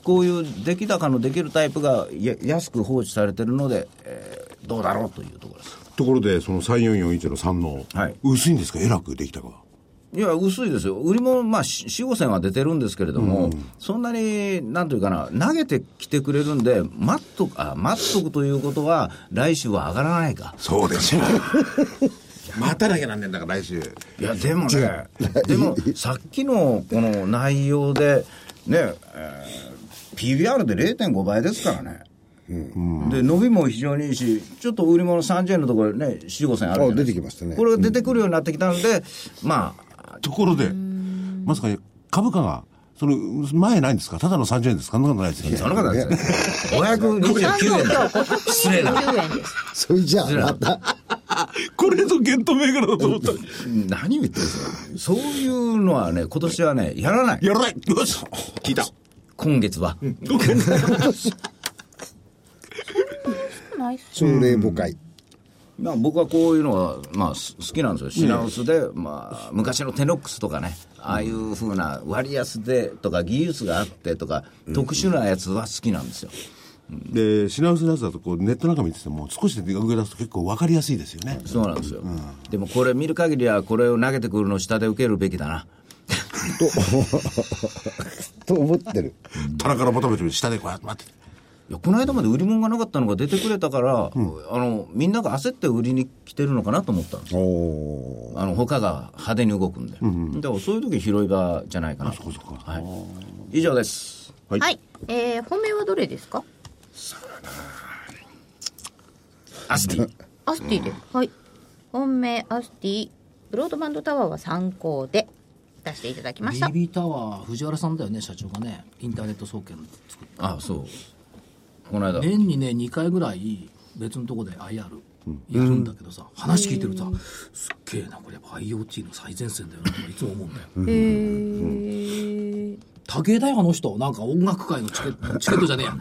こういう出来高のできるタイプがや安く放置されてるので、えーどうだろうというところです。ところで、その3441の3の、はい薄いんですかえらくできたかは。いや、薄いですよ、売りも、まあ、し4、5銭は出てるんですけれども、そんなに、なんというかな、投げてきてくれるんで、待っとく、あ待っとくということは、来週は上がらないか。そうでしょう。またなきゃなんねんだから、来週。いや、でも ね、でも、さっきのこの内容で、ね、えー PBR で0.5倍ですからね。で伸びも非常にいいし、ちょっと売り物30円のところでね、4、5銭あるじゃないですかあ出てきましたねこれが出てくるようになってきたので、まあ、 ところで、まさか株価が、その、前ないんですかただの30円ですかそんなことないですよね。そんなことないですよ。529円だ。失礼な。 それじゃあ、また。これぞゲット銘柄だと思った。何を言ってるんですか。そういうのはね、今年はね、やらない。やらないよし聞いた。今月は。朝礼誤解。まあ僕はこういうのは、まあ、す好きなんですよ。品薄で、まあ、昔のテノックスとかね、ああいうふうな割安でとか、技術があってとか、特殊なやつは好きなんですよ。で、品薄のやつだと、こう、ネットなんか見てても、少しで上出すと結構わかりやすいですよね。そうなんですよ。でもこれ見る限りは、これを投げてくるのを下で受けるべきだな。と思ってる。棚から求めてる下でこうやって待って。いやこの間まで売り物がなかったのが出てくれたから、あのみんなが焦って売りに来てるのかなと思ったんですよあの他が派手に動くんで、だからそういう時拾い場じゃないかなとはい、以上ですはい、えー、本命はどれですかアスティアスティで、はい本命アスティブロードバンドタワーは参考で出していただきました BB タワー藤原さんだよね社長がねインターネット総研作っあそうこの間た年にね2回ぐらい別のとこで IR やるんだけどさ、話聞いてるとさすっげえなこれやっぱ IoT の最前線だよなとかいつも思うんだよへー武井大派の人なんか音楽界のチケットチケットじゃねえや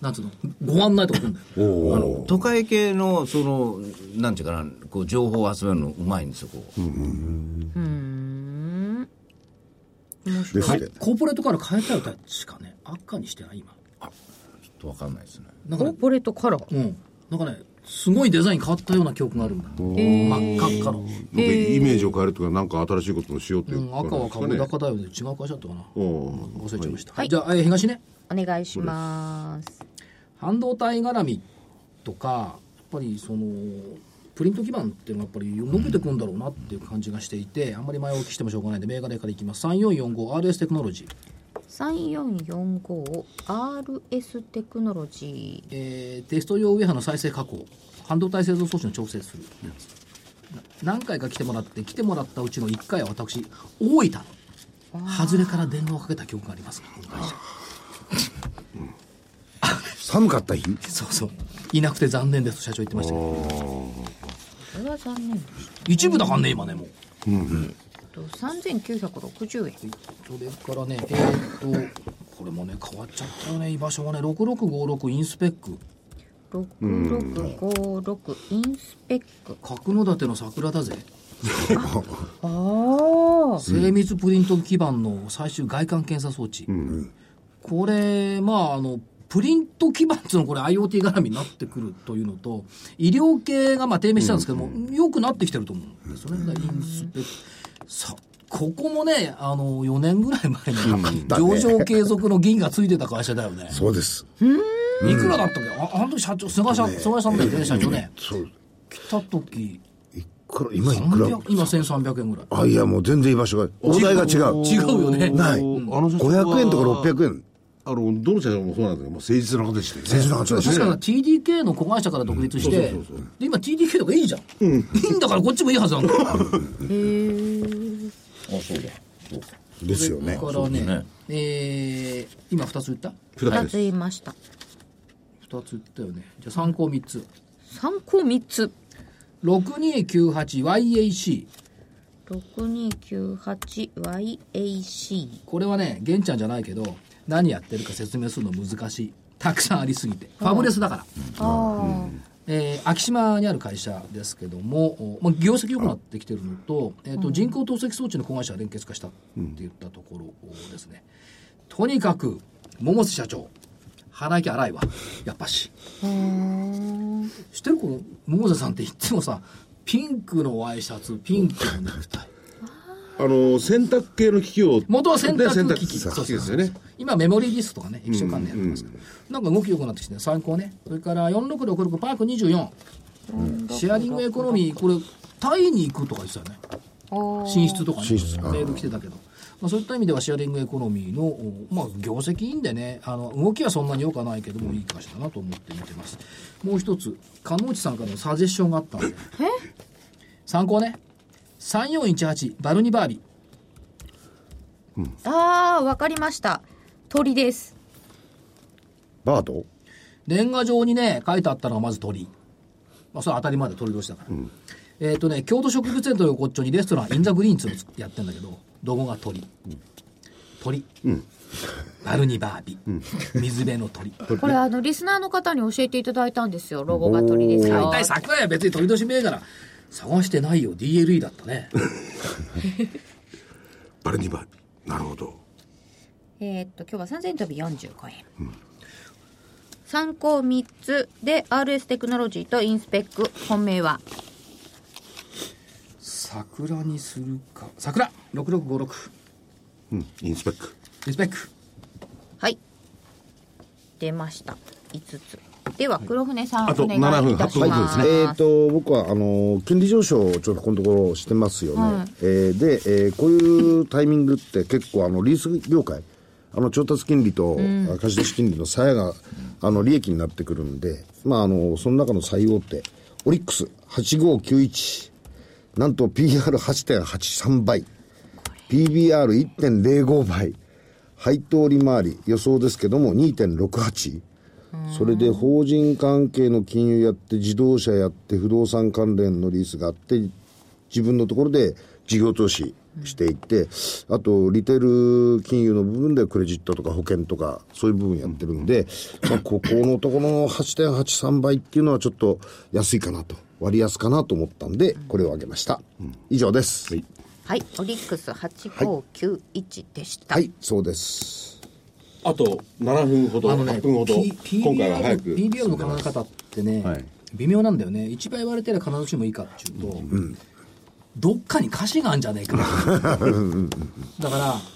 なんつうのご案内とか来るんだよあの都会系のそのなんていうかなこう情報を集めるのうまいんですよこう、ですはっいて。コーポレートから変えたよ確かね赤にしてない今ちょっと分かんないですねなんコかーねポレートカラーうんなんかねすごいデザイン変わったような記憶があるんだ真っ赤っかの、なんかイメージを変えるとか、なんか新しいことをしようっていうう、ん、赤は株高だよね違う会社だったかなうん忘れちゃいました、じゃあ、えー東ねお願いします半導体絡みとかやっぱりそのプリント基盤っていうのがやっぱり伸びてくんだろうなっていう感じがしていて、あんまり前置きしてもしょうがないんで銘柄からいきます3445 RS テクノロジー、 3445RS テクノロジーえーテスト用ウェハの再生加工半導体製造装置の調整するやつな何回か来てもらって来てもらったうちの1回は私大分の外れから電話をかけた記憶がありますこの会社寒かった日そうそういなくて残念ですと社長言ってましたけどこれは残念でし一部だからね今ねもうたと3960円それからね、えーっと、これもね、変わっちゃったよね、居場所がね、6656インスペック、 6656インスペック角館の桜だぜ、ああ精密プリント基板の最終外観検査装置、これ、まあ、あの、プリント基板っていうのはこれ IoT 絡みになってくるというのと、医療系がまあ低迷したんですけども、良くなってきてると思うんですよね。だからインスペさここもね、あの、4年ぐらい前に、上場継続の銀がついてた会社だよね。そうです。いくらだったっけあ、あの時社長、菅社、菅さんだよね、社長ね。そう。来た時、これ今いくら300今1300円ぐらい。あ、いや、もう全然居場所が、お題が違う。違うよね。ない。あの500円とか円。 600円。あの、どの社長もそうなんですけど、もう誠実な方でしたよね。先生の話そでうす確ねか。に TDK の子会社から独立して、で今 TDK とかいいじゃん。いいんだからこっちもいいはずなんだよ。あそうだですよねだ。からそうだねね、えー、今2つ言った2つ言いました ?2 つ言ったよね。じゃあ参考3つ。参考3つ 6298YAC。 6298YAC これはね、玄ちゃんじゃないけど、何やってるか説明するの難しい。たくさんありすぎて。ファブレスだから。あえー、昭島にある会社ですけども、おまあ、業績良くなってきてるのと,、えー、と人工透析装置の子会社が連結化したって言ったところですね、とにかく百瀬社長鼻息荒いわやっぱし知ってるこの百瀬さんっていつもさピンクのワイシャツピンクのネクタイあの、洗濯系の機器を。元は洗濯機器で洗濯そ機うそうですよね。今メモリーディスクとかね液晶関連やってますけど、なんか動き良くなってきて参考ねそれから4666パーク24、シェアリングエコノミーこれタイに行くとか言ってたよね進出とかねメール来てたけど、まあ、そういった意味ではシェアリングエコノミーの、おまあ、業績いいんでねあの動きはそんなに良くはないけどもいい会社だなと思って見てますもう一つ鹿野内さんからのサジェッションがあったんで参考ね3418バルニバーリああわかりました鳥ですバード年賀状にね、書いてあったのがまず鳥。まあ、それは当たり前で鳥年だから。えっ、とね、京都植物園という横っちょにレストラン、インザグリーンツをやってんだけど、ロゴが鳥。鳥。バルニバービ。水辺の鳥。これあのリスナーの方に教えていただいたんですよロゴが鳥ですよ大体桜や別に鳥年銘柄。探してないよ、DLE だったね。バルニバなるほどえーっと今日は3000飛び45円、参考3つで RS テクノロジーとインスペック本命は桜にするか。桜 !6656。うんインスペックリスペック。はい出ました5つでは黒船さん、あとお願いいたしますえっ、と、僕は、あの、金利上昇をちょっとこのところしてますよね。はいえーで、えーこういうタイミングって結構、あの、リース業界、あの、調達金利と、ん貸し出し金利の差が、あの、利益になってくるんで、まあ、あの、その中の最大手、オリックス8591、なんと PR8.83 倍、PBR1.05 倍、配当利回り、予想ですけども2.68。それで法人関係の金融やって自動車やって不動産関連のリースがあって自分のところで事業投資していって、あとリテール金融の部分でクレジットとか保険とかそういう部分やってるんで、まあ、ここのところの8.83倍っていうのはちょっと安いかなと割安かなと思ったんでこれを上げました、以上ですはい、はいオリックス8591でした、そうですあと7分ほど、あのね8分ほど、 P- PBR 今回は早く PBR の考え方ってね、微妙なんだよね一番言われてる必ずしもいいかっていうと、どっかに歌詞があるんじゃね えかなだか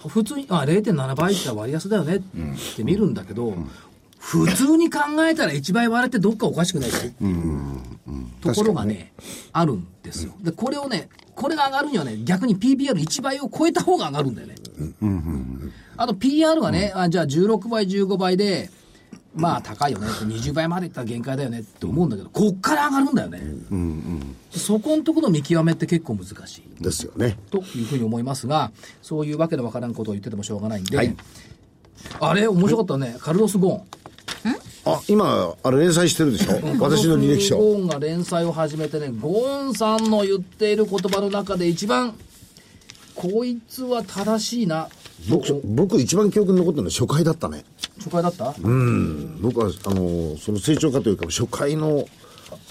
ら普通にあ0.7倍ってのは割安だよねって見るんだけど、普通に考えたら一倍割れてどっかおかしくないかいところがねあるんですよでこれをねこれが上がるにはね逆に PBR1 倍を超えた方が上がるんだよねあと PR がね、あじゃあ16倍、15倍で、まあ高いよねって、20倍までいったら限界だよねって思うんだけど、こっから上がるんだよね。そこのところの見極めって結構難しいですよねというふうに思いますが、そういうわけのわからんことを言っててもしょうがないんで、あれ、面白かったね、カルロス・ゴーン。あ今あれ連載してる でしょ私の履歴書カルロスゴーンが連載を始めてね、ゴーンさんの言っている言葉の中で一番、こいつは正しいな。僕僕一番記憶に残ったのは初回だったね初回だったうん僕はあのその成長化というか初回の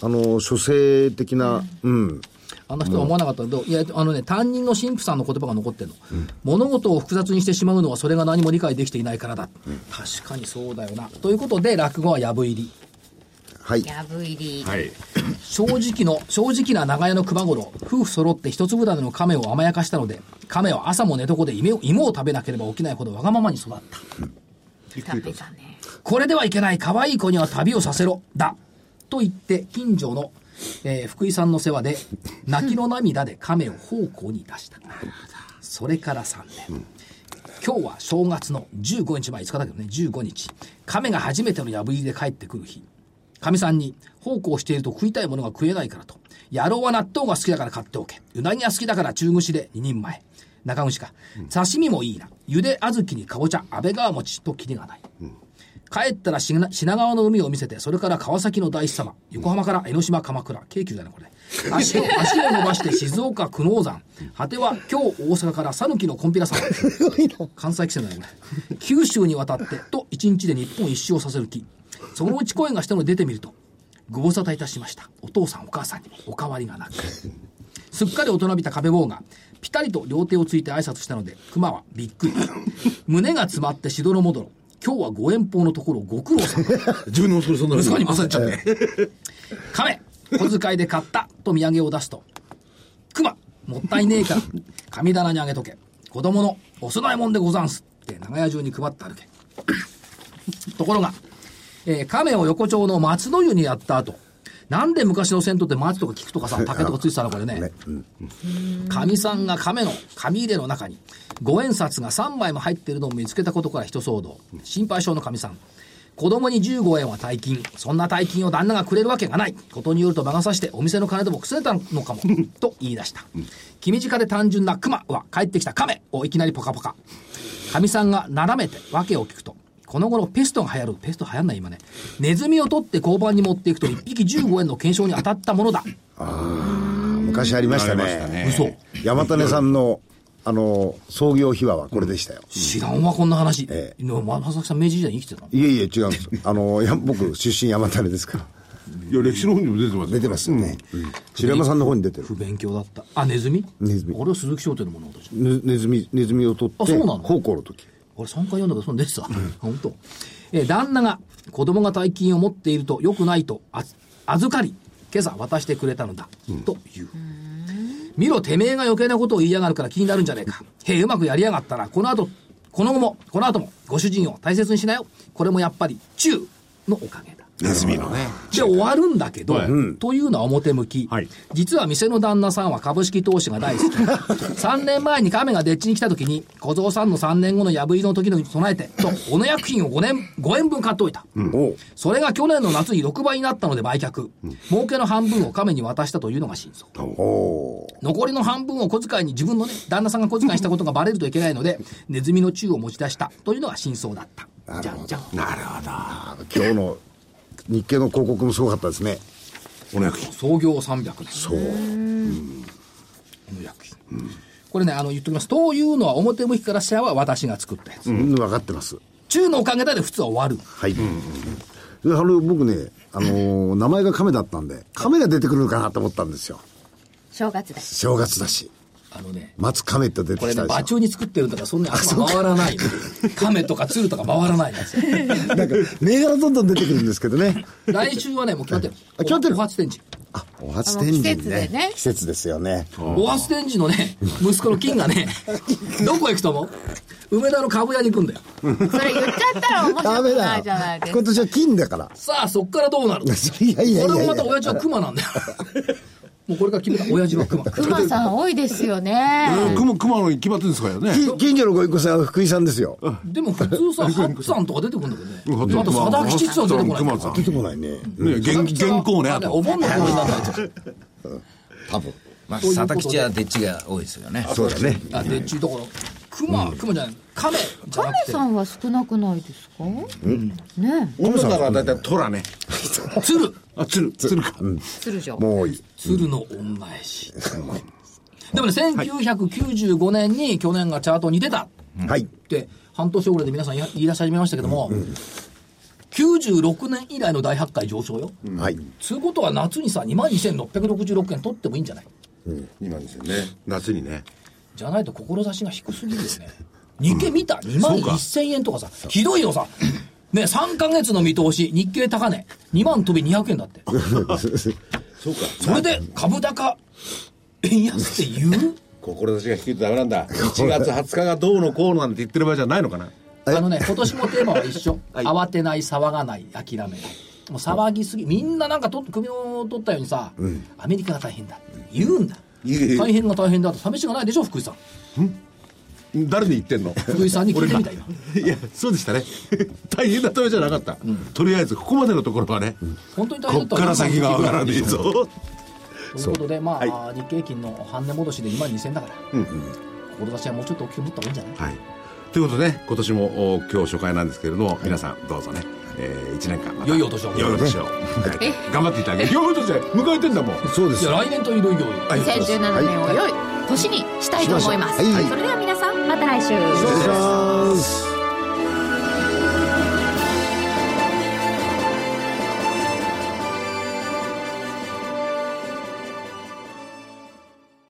あの書生的なうん、あんな人は思わなかったけど、いや、あのね、担任の神父さんの言葉が残ってるの。物事を複雑にしてしまうのは、それが何も理解できていないからだ。確かにそうだよな。ということで、落語はやぶ入り。はい。やぶ入りい。正直の、正直な長屋の熊五郎、夫婦揃って一粒種の亀を甘やかしたので、亀は朝も寝床で芋を芋を食べなければ起きないほどわがままに育った。これではいけない、可愛い子には旅をさせろ、だ。と言って、近所の、えー福井さんの世話で、泣きの涙で亀を奉公に出した。それから3年。今日は正月の15日前、5日だけどね、15日。亀が初めての破りで帰ってくる日。かみさんに、奉公していると食いたいものが食えないからと。野郎は納豆が好きだから買っておけ。うなぎが好きだから中串で2人前。中串か。刺身もいいな。ゆで小豆にかぼちゃ、安倍川餅とキリがない。帰ったら品品川の海を見せて、それから川崎の大師様、横浜から江ノ島、鎌倉、京急だね、これ。足を、足を伸ばして静岡、久能山、果ては今日大阪から讃岐のコンピラさん、関西汽船だね、これ。九州に渡って、と一日で日本一周をさせる気。そのうち声がしたので出てみると、ご無沙汰いたしました。お父さん、お母さんにもお変わりがなく。すっかり大人びた壁坊が、ピタリと両手をついて挨拶したので、熊はびっ くり。胸が詰まってしどろもどろ。今日はご遠方のところご苦労さん。自分の息子にそんな息子に勝っちゃって。亀、小遣いで買ったと土産を出すと、熊、もったいねえから、神棚にあげとけ。子供のお供え物でござんすって長屋中に配って歩け。ところが、えー亀を横丁の松の湯にやった後、なんで昔の銭湯って松とか菊とかさ、竹とかついてたのこれ ね。かみさんが亀の紙入れの中に五円札が3枚も入っているのを見つけたことから一騒動心配性のかみさん子供に15円は大金。そんな大金を旦那がくれるわけがない。ことによると魔が差してお店の金でも崩れたのかも。と言い出した。君近で単純な熊は帰ってきた亀をいきなりポカポカ。かみさんがなだめて訳を聞くと。この頃ペストが流行る。ペスト流行んない今ね。ネズミを取って交番に持っていくと1匹15円の検証に当たったものだ。昔ありましたねありましたね嘘山種さんのあの創業秘話はこれでしたよ、知らんわ、こんな話。のままさきさん、明治時代に生きてたのいえいえ違うんですあのや僕出身山種ですからいや歴史の方にも出てます出てますね、白山さんの方に出てる不勉強だった。あ、ネズミネズミ。俺は鈴木商店のものとして。ねネズミネズミを取ってあそうなの高校の時俺3回読んだけど、その出てた。本当。えー旦那が子供が大金を持っていると良くないとあ預かり、今朝渡してくれたのだ。という。見ろ、てめえが余計なことを言いやがるから気になるんじゃねえか。へえ、うまくやりやがったな。この後、この後も、この後も、ご主人を大切にしなよ。これもやっぱり、中のおかげだ。ネズミのね。で終わるんだけど、はいうんというのは表向き、実は店の旦那さんは株式投資が大好き3年前に亀がデッチに来た時に小僧さんの3年後の破りの時のに備えてと小野薬品を 5, 年5円分買っておいた、それが去年の夏に6倍になったので売却、儲けの半分を亀に渡したというのが真相残りの半分を小遣いに自分のね旦那さんが小遣いにしたことがバレるといけないのでネズミの宙を持ち出したというのが真相だったじゃんじゃんなるほど今日の日経の広告もすごかったですねおの薬品創業300年そうこれね、あの、言っときます。というのは表向きからシェアは私が作ったやつ。うん、分かってます中のおかげだで普通は終わる。はい、であれ僕ね、あのー名前が亀だったんで亀が出てくるのかなと思ったんですよ正月だし。正月だしあのね、松亀って出てこれきね、たで馬し中に作ってるんだから、そんなに頭回らないの。亀とか鶴とか回らないんです よ。ょなんか銘柄どんどん出てくるんですけどね来週はね、もう決まってる。あ決まってるお初天神。お初天あの季神ね節でね季節ですよねお初天神のね、息子の金が ね、どこ行くと思う梅田の株屋に行くんだよ。それ言っちゃったら面白くないじゃないです今年は金だからさあ、そっからどうなるいやいやいやいやこれもまた親父は熊なんだよ。もうこれから決めた。親父は熊。か。熊さん多いですよね。熊、熊のに決まってるんですからね。き近所のご一個さんは福井さんですよでも普通 さ、ハッツァンとか出てくるんだけどね。うんあと、佐田吉さん出てこない。熊さん。出てこないねね、原原稿ね、あと。お盆の頃にならないと。多分まあということで佐田吉はでっちが多いですよねそうだねあ、でっちゅうところ。熊、熊じゃない。亀じゃなくてさ。んは少なくないですか？ねえ、女からだいたい虎ね鶴。あ、鶴、鶴か。するじゃん。もう多い鶴の恩返し。でもね、1995年に去年がチャートに出たはいって、半年ぐらいで皆さん言い言い出し始めましたけども、96年以来の大発会上昇よ。はいつうことは夏にさ、22,666円取ってもいいんじゃない今ですよね夏にねじゃないと志が低すぎるよね。 日経見た ?2 万1000円とかさ、ひどいよさ。ね、3ヶ月の見通し、日経高値、2万飛び200円だって。 そうかそれで株高、円安って言う志が低いとダメなんだ1月20日がどうのこうのなんて言ってる場合じゃないのかなあのね、今年もテーマは一 緒。慌てない、騒がない、諦めない。もう騒ぎすぎ、みんななんかと首を取ったようにさ、アメリカが大変だって言うんだ。言う大変が大変だと寂しがないでしょ、福井さん。誰に言ってんの福井さんに聞いてみたい。今いやそうでしたね大変だったわけじゃなかった、とりあえずここまでのところはね、本当に大こ変だっったから先がわからねえぞ。ということで、まあ、日経平均の半値戻しで2万2000だから、志はもうちょっと大きく持った方がいいんじゃないはい、ということでね今年もお今日初回なんですけれども、皆さんどうぞね、えー、1年間また良いお年を良いお年を、はい頑張っていただけ良いお年を迎えてんだもんそうですいや、来年といろいろよ。はい2017年を良い年にしたいと思います。はいそれでは皆さんまた来週。お願いします